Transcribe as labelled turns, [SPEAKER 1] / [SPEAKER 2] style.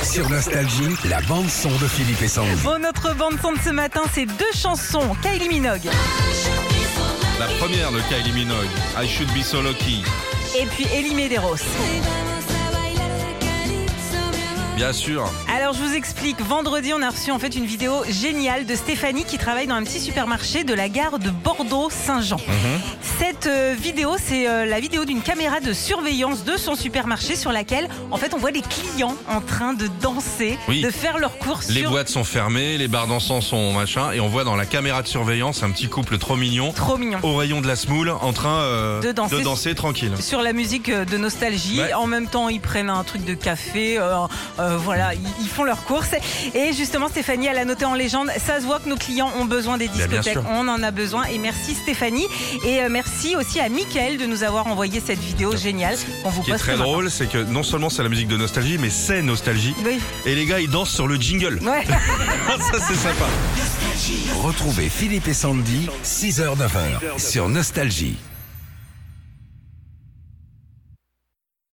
[SPEAKER 1] Sur Nostalgie, la bande-son de Philippe et Sandy.
[SPEAKER 2] Bon, notre bande-son de ce matin, c'est deux chansons. Kylie Minogue
[SPEAKER 3] La première de Kylie Minogue, I Should Be So Lucky.
[SPEAKER 2] et puis Ellie Medeiros.
[SPEAKER 3] Bien sûr,
[SPEAKER 2] Alors, je vous explique. Vendredi, on a reçu en fait une vidéo géniale de Stéphanie qui travaille dans un petit supermarché de la gare de Bordeaux-Saint-Jean.
[SPEAKER 3] Mhm.
[SPEAKER 2] Cette euh, vidéo, c'est euh, la vidéo d'une caméra de surveillance de son supermarché sur laquelle, en fait, on voit les clients en train de danser,
[SPEAKER 3] Oui.
[SPEAKER 2] de faire leurs courses.
[SPEAKER 3] les
[SPEAKER 2] sur-
[SPEAKER 3] boîtes sont fermées, les bars dansants sont machin, et on voit dans la caméra de surveillance un petit couple trop mignon
[SPEAKER 2] Trop mignon.
[SPEAKER 3] au rayon de la semoule en train euh,
[SPEAKER 2] De danser.
[SPEAKER 3] tranquille.
[SPEAKER 2] sur la musique euh, de nostalgie.
[SPEAKER 3] Ouais.
[SPEAKER 2] En même temps, ils prennent un truc de café. euh, euh, voilà, ils, ils font leurs courses. Et justement, Stéphanie, elle a noté en légende, ça se voit que nos clients ont besoin des
[SPEAKER 3] Bah, bien
[SPEAKER 2] discothèques.
[SPEAKER 3] sûr.
[SPEAKER 2] On en a besoin. Et merci Stéphanie. Et euh, merci aussi à Mickaël de nous avoir envoyé cette vidéo géniale. On vous
[SPEAKER 3] Ce qui est
[SPEAKER 2] poste
[SPEAKER 3] très
[SPEAKER 2] le
[SPEAKER 3] drôle, c'est que non seulement c'est la musique de nostalgie, mais c'est nostalgie.
[SPEAKER 2] matin.
[SPEAKER 3] Et les gars, ils dansent sur le jingle.
[SPEAKER 2] Oui, ouais.
[SPEAKER 3] Ça, c'est sympa.
[SPEAKER 1] Retrouvez Philippe et Sandy, 6h-9h, sur Nostalgie.